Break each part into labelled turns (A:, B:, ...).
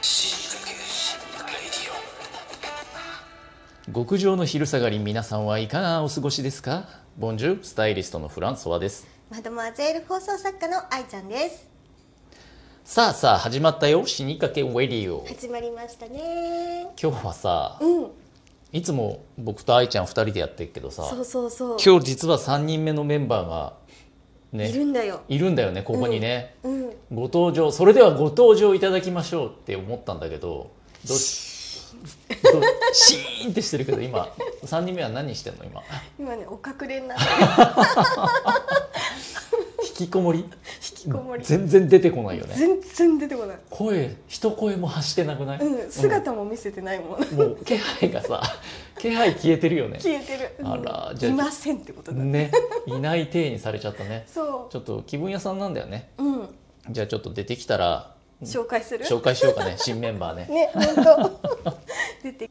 A: 死にかけ死にかけレディオ
B: 極上の昼下がり皆さんはいかがお過ごしですかボンジュスタイリストのフランソワです
C: マドモアゼール放送作家の愛ちゃんです
B: さあさあ始まったよ死にかけウェディオ
C: 始まりましたね
B: 今日はさ
C: うん
B: いつも僕と愛ちゃん二人でやってるけどさ
C: そうそうそう
B: 今日実は三人目のメンバーがね
C: いるんだよ
B: いるんだよねここにね、
C: うん
B: ご登場それではご登場いただきましょうって思ったんだけどどしどシーンってしてるけど今3人目は何してんの今
C: 今ねお隠れになってる
B: 引きこもり
C: 引きこもり
B: 全然出てこないよね
C: 全然出てこない
B: 声一声も発してなくない、
C: うん姿も見せてないもん
B: うんもう気配がさ 気配消えてるよね
C: 消えてるうん
B: あらじゃあ
C: いませんってことだ
B: ねいない体にされちゃったね
C: そ
B: ちょっと気分屋さんなんだよね
C: ううん
B: じゃあちょっと出てきたら
C: 紹介する
B: 紹介しようかね新メンバーね
C: ね本当 出て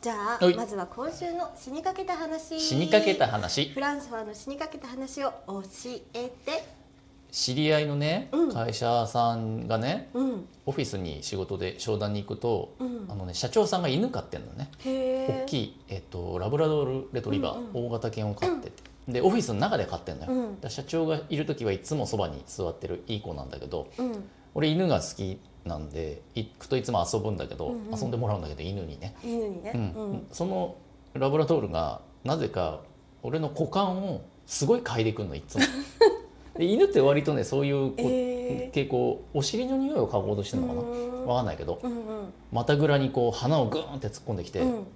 C: じゃあ
B: はい
C: まずは今週の死にかけた話
B: 死にかけた話
C: フランスはの死にかけた話を教えて
B: 知り合いのね、
C: うん
B: 会社さんがね
C: うん
B: オフィスに仕事で商談に行くと、
C: うん
B: あのね、社長さんが犬飼ってんのね、
C: へえ
B: 大きい、えっと、ラブラドールレトリバー、
C: うん
B: 大型犬を飼ってて、でオフィスの中で飼ってんのよ、
C: うん
B: だから社長がいる時はいつもそばに座ってるいい子なんだけど
C: うん
B: 俺犬が好きなんで行くといつも遊ぶんだけど、
C: うんうん
B: 遊んでもらうんだけど犬にね、
C: 犬にね
B: うんそのラブラドールがなぜか俺の股間をすごい嗅いでくんのい つもで犬って割とねそういうこう、
C: え
B: 結構お尻の匂いを嗅ごうとしてるのかな
C: うーん
B: わかんないけど
C: うんうん
B: 股ぐらにこう鼻をグーンって突っ込んできて、
C: うん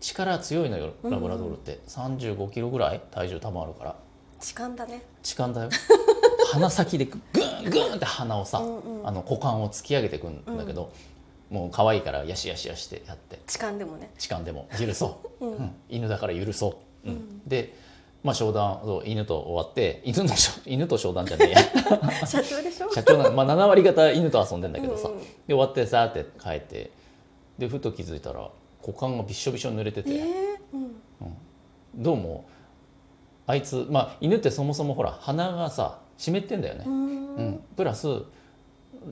B: 力強いのよ
C: うん
B: ラブラドールって、35キロぐらい体重多分あるから
C: 痴漢だね
B: 痴漢だ よ鼻先でグーングーンって鼻をさ、
C: うんうん
B: あの股間を突き上げてくんだけど、もう可愛いからヤシヤシヤシってやって
C: 痴漢でもね
B: 痴漢でも許そう
C: う
B: うん犬だから許そう、うん
C: うん
B: で、まあ、商談を犬と終わって犬のしょ犬と商 談じゃねえ や
C: 社長でしょ
B: 社長なんまあ、7割方犬と遊んでんだけどさ、
C: うんうん
B: で終わってさーって帰ってでふと気づいたら股間がびっしょびしょ濡れてて、
C: えーうん
B: どうもあいつ、まあ、犬ってそもそもほら鼻がさ湿ってんだよね
C: う、
B: うん
C: ん
B: プラス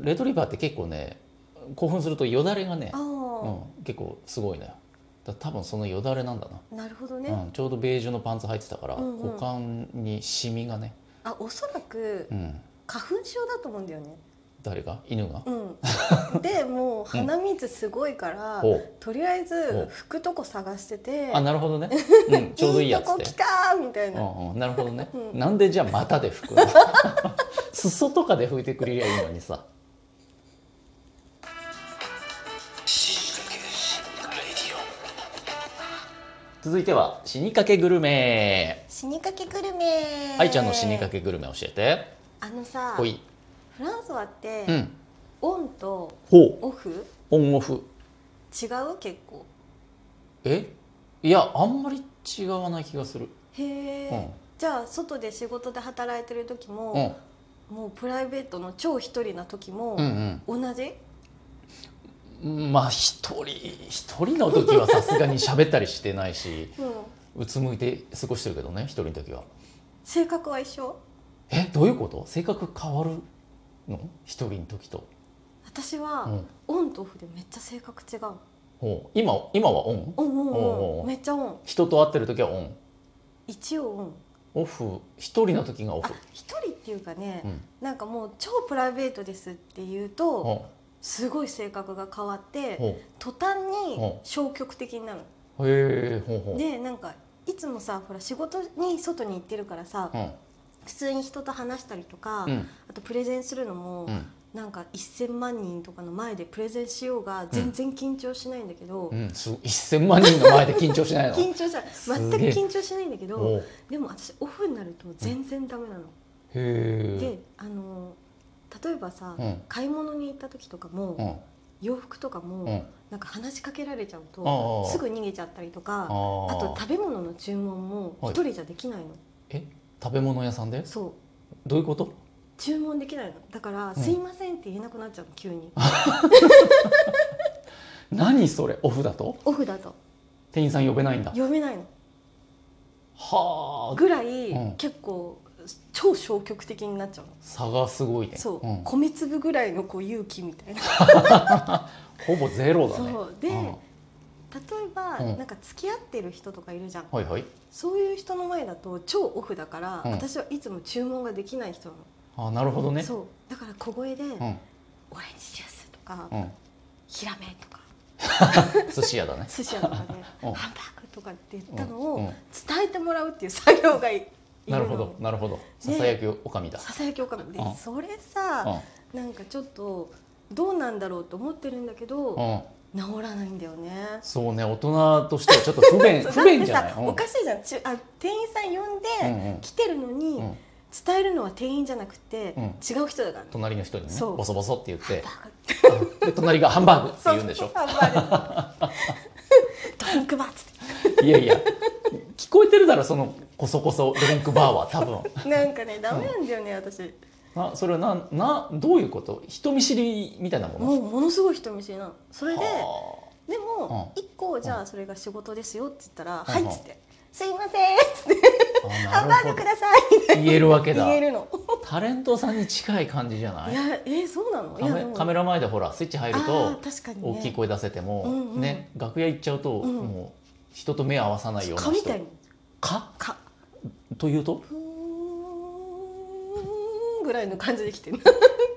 B: レトリバーって結構ね興奮するとよだれがね、
C: ああ
B: うん、結構すごいのよだ多分そのよだれなんだな
C: なるほどね
B: うん、ちょうどベージュのパンツ履いてたから、
C: うんうん
B: 股間にシミがね、
C: あおそらく
B: うん、
C: 花粉症だと思うんだよね
B: 誰が犬が、
C: うん でもう鼻水すごいから
B: ほう
C: とりあえず
B: ほう
C: 拭くとこ探してて
B: あなるほどね、 うん、ちょうどいいやつ
C: とこ
B: で
C: 来たーみたいうなん
B: うん、なるほどね、
C: うん
B: なんでじゃあ股で拭くの裾とかで拭いてくれりゃいいのにさ
A: 死にかけ死にかけレディオ
B: 続いては死にかけグルメ
C: 死にかけグルメ
B: 愛ちゃんの死にかけグルメ教えて
C: あのさ
B: ほい
C: フランスはって
B: うん
C: オンと
B: ほう
C: オフ
B: オンオフ
C: 違う結構
B: えいやあんまり違わない気がする
C: へえ、
B: うん
C: じゃあ外で仕事で働いてる時
B: うん
C: も、もうプライベートの超一人な時も
B: う、ん
C: 同じ
B: うんまあ一人一人の時はさすがに喋ったりしてないし
C: もう
B: うつむいて過ごしてるけどね一人の時は
C: 性格は一緒
B: えどういうこと性格変わるの一人の時と、
C: 私
B: う
C: は、
B: ん、
C: オンとオフでめっちゃ性格違う
B: ほう今今はオン
C: オンオンオン
B: おうおう
C: めっちゃオン
B: 人と会ってる時はオン
C: 一応オン
B: オフ一人の時がオ
C: あ
B: フ
C: 一人っていうかね、
B: うん
C: なんかもう超プライベートですって言うと
B: ほ
C: すごい性格が変わっ
B: う
C: て
B: ほ
C: 途端に
B: ほう
C: 消極的になる
B: うへえほうほう
C: でなんかいつもさほら仕事に外に行ってるからさ、
B: うん
C: 普通に人と話したりとか、
B: うん
C: あとプレゼンするのも、
B: うん
C: なんか1,000万人とかの前でプレゼンしようが全然緊張しないんだけど、
B: うん、す1000万人の前で緊張しないの
C: 緊張しない全く
B: すげえ
C: 緊張しないんだけ
B: お
C: ど
B: う
C: でも私オフになると全然ダメなの。
B: へえ
C: であの例えばさ、
B: うん
C: 買い物に行った時とかも、
B: うん
C: 洋服とかも、
B: うん
C: なんか話しかけられちゃうと、
B: ああ
C: すぐ逃げちゃったりと
B: あ
C: か
B: ー
C: あと食べ物の注文も
B: はい
C: 一人じゃできないの、
B: え食べ物屋さんで
C: そう
B: どういうこと
C: 注文できないのだから「
B: うん
C: すいません」って言えなくなっちゃうの急に
B: 何それオフだと
C: オフだと
B: 店員さん呼べないんだ
C: 読めないの
B: はあ
C: ぐらい、
B: うん
C: 結構超消極的になっちゃうの
B: 差がすごいね
C: そう、
B: ん
C: 米粒ぐらいのこう勇気みたいな
B: ほぼゼロだね
C: そうで、
B: うん
C: 例えば、
B: うん
C: なんか付き合ってる人とかいるじゃん
B: はいはい
C: そういう人の前だと超オフだから、
B: うん
C: 私はいつも注文ができない人なの、
B: あなるほどね
C: そうだから小声で、
B: うん
C: オレンジジュースとか、
B: うん
C: ヒラメとか
B: 寿司屋 だね
C: 寿司屋とかで、
B: うん
C: ハンバーグとかって言ったのを
B: うんうん
C: 伝えてもらうっていう作業がいい
B: な
C: るの
B: るほどなるほどささやきおかみだ、
C: ささやきおかみで、
B: うん
C: それさ、なんかちょっとどうなんだろうと思ってるんだけど、
B: うん、うん、
C: 治らないんだよね
B: そうね大人としてはちょっと不便
C: そう
B: 不便じゃ
C: だっ
B: な
C: て
B: い
C: さ
B: うん
C: おかしいじゃんちゅあ店員さん呼んで、
B: うんうん
C: 来てるのに、
B: うん
C: 伝えるのは店員じゃなくて、
B: うん
C: 違う人だからね
B: 隣の人にね
C: そう
B: ボソボソって言っ
C: ハン
B: て
C: バーグって
B: で隣がハンバーグって言うんでしょ
C: そうそうハンバーグ ドリンクバーっつっ
B: いやいや聞こえてるだろそのこそこそドリンクバーは多分
C: てなんかねダメなんだよね、私
B: なそれはななどういうこと人見知りみたいなもの
C: もうものすごい人見知りなのそれで
B: は
C: でも
B: う
C: 一個じゃあそれが仕事ですよって言ったら「はい」
B: うん
C: っ
B: うん
C: つって「すいません」っつって「
B: ああ
C: ハンバ
B: なる
C: ー
B: ほ
C: グ
B: ど
C: ください」って
B: 言えるわけだ
C: 言えるの
B: タレントさんに近い感じじゃないい
C: やえーそうなのい
B: カ
C: や
B: メ
C: でも
B: カメラ前でほらスイッチ入る
C: あ
B: と
C: ー確かにね
B: 大きい声出せても、
C: うんうん
B: ね楽屋行っちゃうと、
C: うん
B: もう人と目合わさないような
C: 蚊
B: 人
C: みたいに
B: 蚊
C: 蚊
B: というと
C: ふーんぐらいの感じで来てる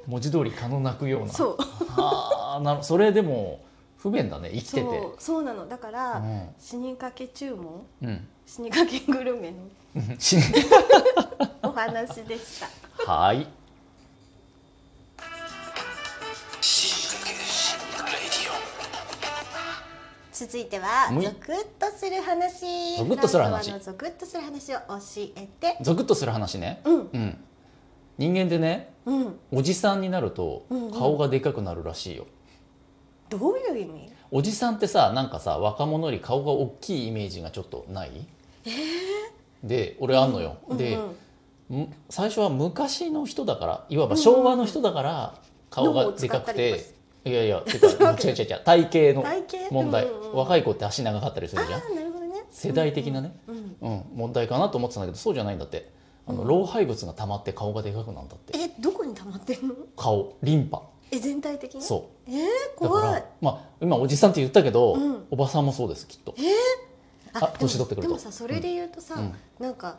B: 文字通り蚊の鳴くような
C: そう
B: あーなるそれでも不便だね生きてて
C: そうそうなのだから、
B: うん
C: 死にかけ注文
B: うん
C: 死にかけグルメの
B: うん 死ね
C: お話 でした。
B: はい。
A: 死にかけレディオ
C: 続いては
B: むい
C: ゾクッとする話
B: ゾクッとする話
C: フランソワのゾクッとする話を教えて
B: ゾクッとする話ね。
C: うん
B: うん。人間でね、
C: うん
B: おじさんになると
C: うんうん
B: 顔がでかくなるらしいよ。
C: どういう意味
B: おじさんってさ、なんかさ、若者より顔が大きいイメージがちょっとない。で、俺あんのよ。で、
C: うんうん
B: ん最初は昔の人だから、いわば昭和の人だから顔がでかく
C: 脳を使
B: て
C: っ。
B: いやいや、てか
C: そういう わけ
B: 違う違う違う、体型
C: 体
B: の
C: 型
B: 問題
C: うんうん。うん
B: 若い子って足長かったりす
C: あ
B: るじゃん。
C: あなるほどね
B: 世代的なね。
C: うんうん
B: うん、問題かなと思ってたんだけどそうじゃないんだってあの、
C: うん
B: 老廃物が溜まって顔がでかくなんだって
C: えどこに溜まってんの
B: 顔リンパ
C: え全体的に
B: そ
C: えー、
B: うだか
C: 怖い
B: ら、まあ、今おじさんって言ったけど、
C: うん
B: おばさんもそうですきっとあ
C: でも
B: 年取ってくると
C: でもさそれで言うとさ、
B: うん
C: なんか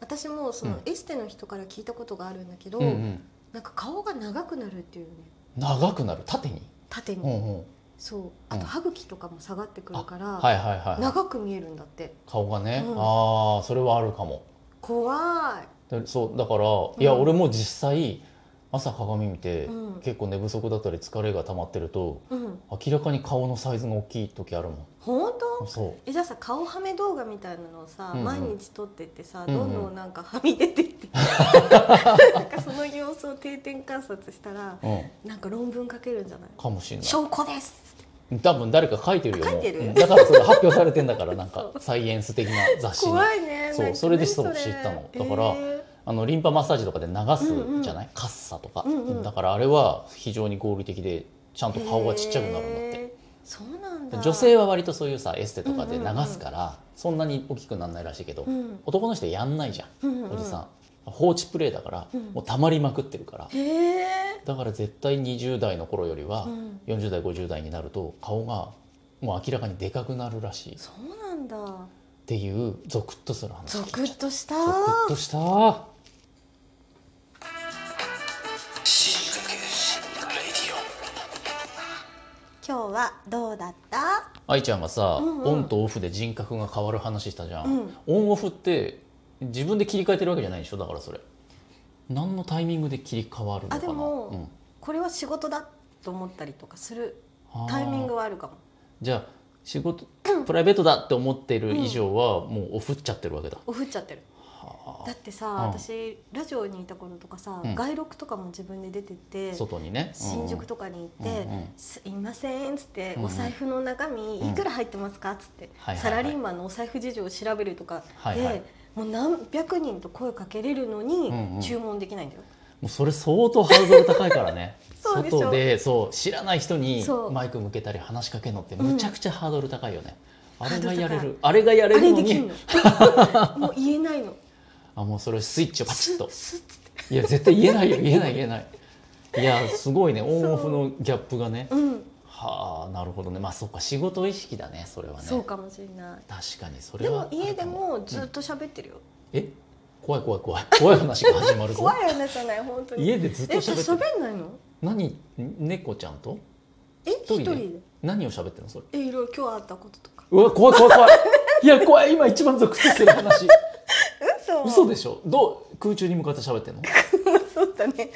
C: 私もそうの
B: ん
C: エステの人から聞いたことがあるんだけど、
B: うんうん
C: なんか顔が長くなるっていうね
B: 長くなる縦に、
C: 縦に、
B: うんうん、
C: そうあと歯茎とかも下がってくるから、
B: はいはいはい、
C: 長く見えるんだって
B: 顔がね、
C: うん
B: ああそれはあるかも
C: 怖
B: でそうだからいや、
C: うん
B: 俺も実際朝鏡見て、
C: うん
B: 結構寝不足だったり疲れが溜まってると
C: いうん
B: 明らかに顔のサイズが大きい時あるも
C: 本
B: ん
C: 当
B: そ
C: えじゃあさ顔はめ動画みたいなのをさ、
B: うんうん
C: 毎日撮ってってさ、
B: うんうん
C: どんどんなんかはみ出 てってなんかその様子を定点観察したら
B: う、うん、
C: なんか論文書けるんじゃない
B: かもしれない
C: 証拠です
B: 多分誰か書いてるよ
C: あ書
B: も
C: いうてる
B: うんだからそれ発表されてんだからなん
C: そ
B: か
C: う
B: サイエンス的な雑誌に
C: 怖いね
B: そう
C: なんか
B: それでそう
C: 何れ
B: 知ったのだからあのリンパマッサージとかで流すじゃない、カッサとか、
C: うんうん
B: だからあれは非常に合理的でちゃんと顔がちっちゃくなるんだって、
C: へーそうなんだ
B: 女性は割とそういうさエステとかで流
C: うんうんうん
B: すから、そんなに大きくならないらしいけど、
C: うん
B: 男の人やんないじゃん、
C: うんうん
B: おじさん放置プレイだから、
C: うん
B: もう溜まりまくってるから
C: へえ
B: だから絶対20代の頃よりは
C: うん
B: 40代50代になると顔がもう明らかにでかくなるらしいっ
C: そうなんだ
B: ていうゾクッとする話
C: ゾクッとした
B: ゾクッとしたは
A: 死にかけレディオ
C: 今日はどうだった
B: 愛ちゃんがさ、
C: うんうん
B: オンとオフで人格が変わる話したじゃん、
C: うん
B: オンオフって自分で切り替えてるわけじゃないでしょだからそれ何のタイミングで切り替わるのかな
C: あでも、
B: うん
C: これは仕事だと思ったりとかする
B: あー
C: タイミングはあるかも
B: じゃあ仕事 プライベートだって思ってる以上は、もうオフっちゃってるわけだ、
C: おふっちゃってる
B: は
C: だってさ、
B: ん
C: 私ラジオにいた頃とかさ、
B: うん
C: 外録とかも自分で出てって
B: あ外にね
C: 新宿
B: と、
C: とかに行って「
B: うんうん
C: すいません」っつって、
B: うんうん
C: お財布の中身いくら入ってますか?」っつって、
B: はいはいはい
C: サラリーマンのお財布事情を調べるとかで、
B: はいはい
C: もう何百人と声かけれるのに
B: うんうん
C: 注文できないんだよ、
B: もうそれ相当ハードル高いからね
C: そうでしょ
B: 外でそう知らない人に
C: そう
B: マイク向けたり話しかけるのって
C: うん
B: むちゃくちゃハードル高いよね、あれ
C: ハード
B: が
C: ル高い
B: やれるあれがやれ
C: あ
B: る
C: れ
B: の
C: でき
B: に
C: んのもう言えないの
B: あもうそれスイッチをパチッといや絶対言えないよ言えない言えないいやすごいねオンオフのギャップがね
C: うん、
B: はあなるほどねまあそうか仕事意識だねそれはね
C: そうかもしれない。
B: 確かにそれ
C: で
B: は
C: も家
B: ある
C: で
B: か
C: もずっと喋ってるよ。
B: え怖い怖い怖い怖い話が始まるぞ
C: 怖い話じゃない本当に。
B: 家でずっと
C: え、
B: 喋ってる
C: 喋んないの？
B: 何猫ちゃんと
C: え、
B: 人
C: 一
B: で
C: 人で。
B: 何を喋ってるのそれ
C: え、いろいろ今日あったこととか。
B: うわ怖い怖い怖いいや怖い今一番ゾクッとしてる 話
C: 嘘。
B: 嘘でしょどう空中に向かって喋ってんの
C: そうだね。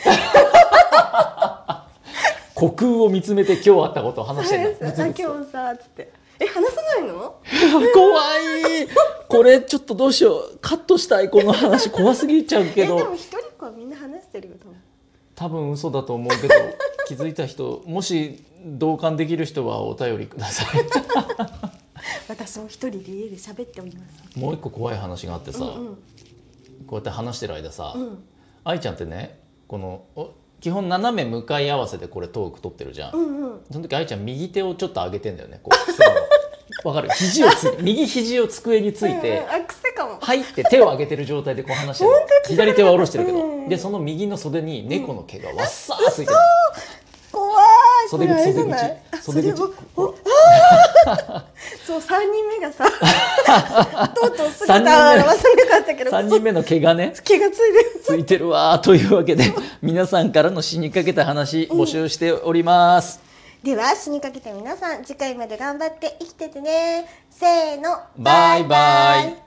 B: 虚空を見つめて今日あったことを話してんの
C: あ
B: ブツブツと
C: 今日さつって。え、話さないの？
B: 怖いこれちょっとどうしようカットしたいこの話怖すぎちゃう
C: え、
B: け
C: でも
B: ど
C: 一人っ子はみんな話してるよ多分。
B: 多分嘘だと思うけど 気づいた人もし同感できる人はお便りくださ い
C: 私も一人で家で喋っております。
B: もう一個怖い話があってさ、
C: うんうん
B: こうやって話してる間さ、
C: うん
B: 愛ちゃんってねこのお基本斜め向かい合わせでこれトーク撮ってるじゃん、
C: うんうん。
B: その時愛ちゃん右手をちょっと上げてんだよねこう そのわかる肘をつ 右肘を机につい
C: うんう
B: て
C: んあ、癖かも。
B: 入って手を上げてる状態でこう話してる左手は下ろしてるけ
C: う
B: ど
C: ん
B: でその右の袖に猫の毛がわっさーついてる、
C: 怖い。
B: 袖口
C: これあれじゃない
B: 袖口袖口
C: あそれもおあー そう三人目がさ、とうとう姿を現さなかったけど、
B: 3人目の毛がね
C: そう気がついてる。
B: ついてるわーというわけで皆さんからの死にかけた話募集しております、
C: では死にかけて皆さん次回まで頑張って生きててね。せーの。
B: バイバイ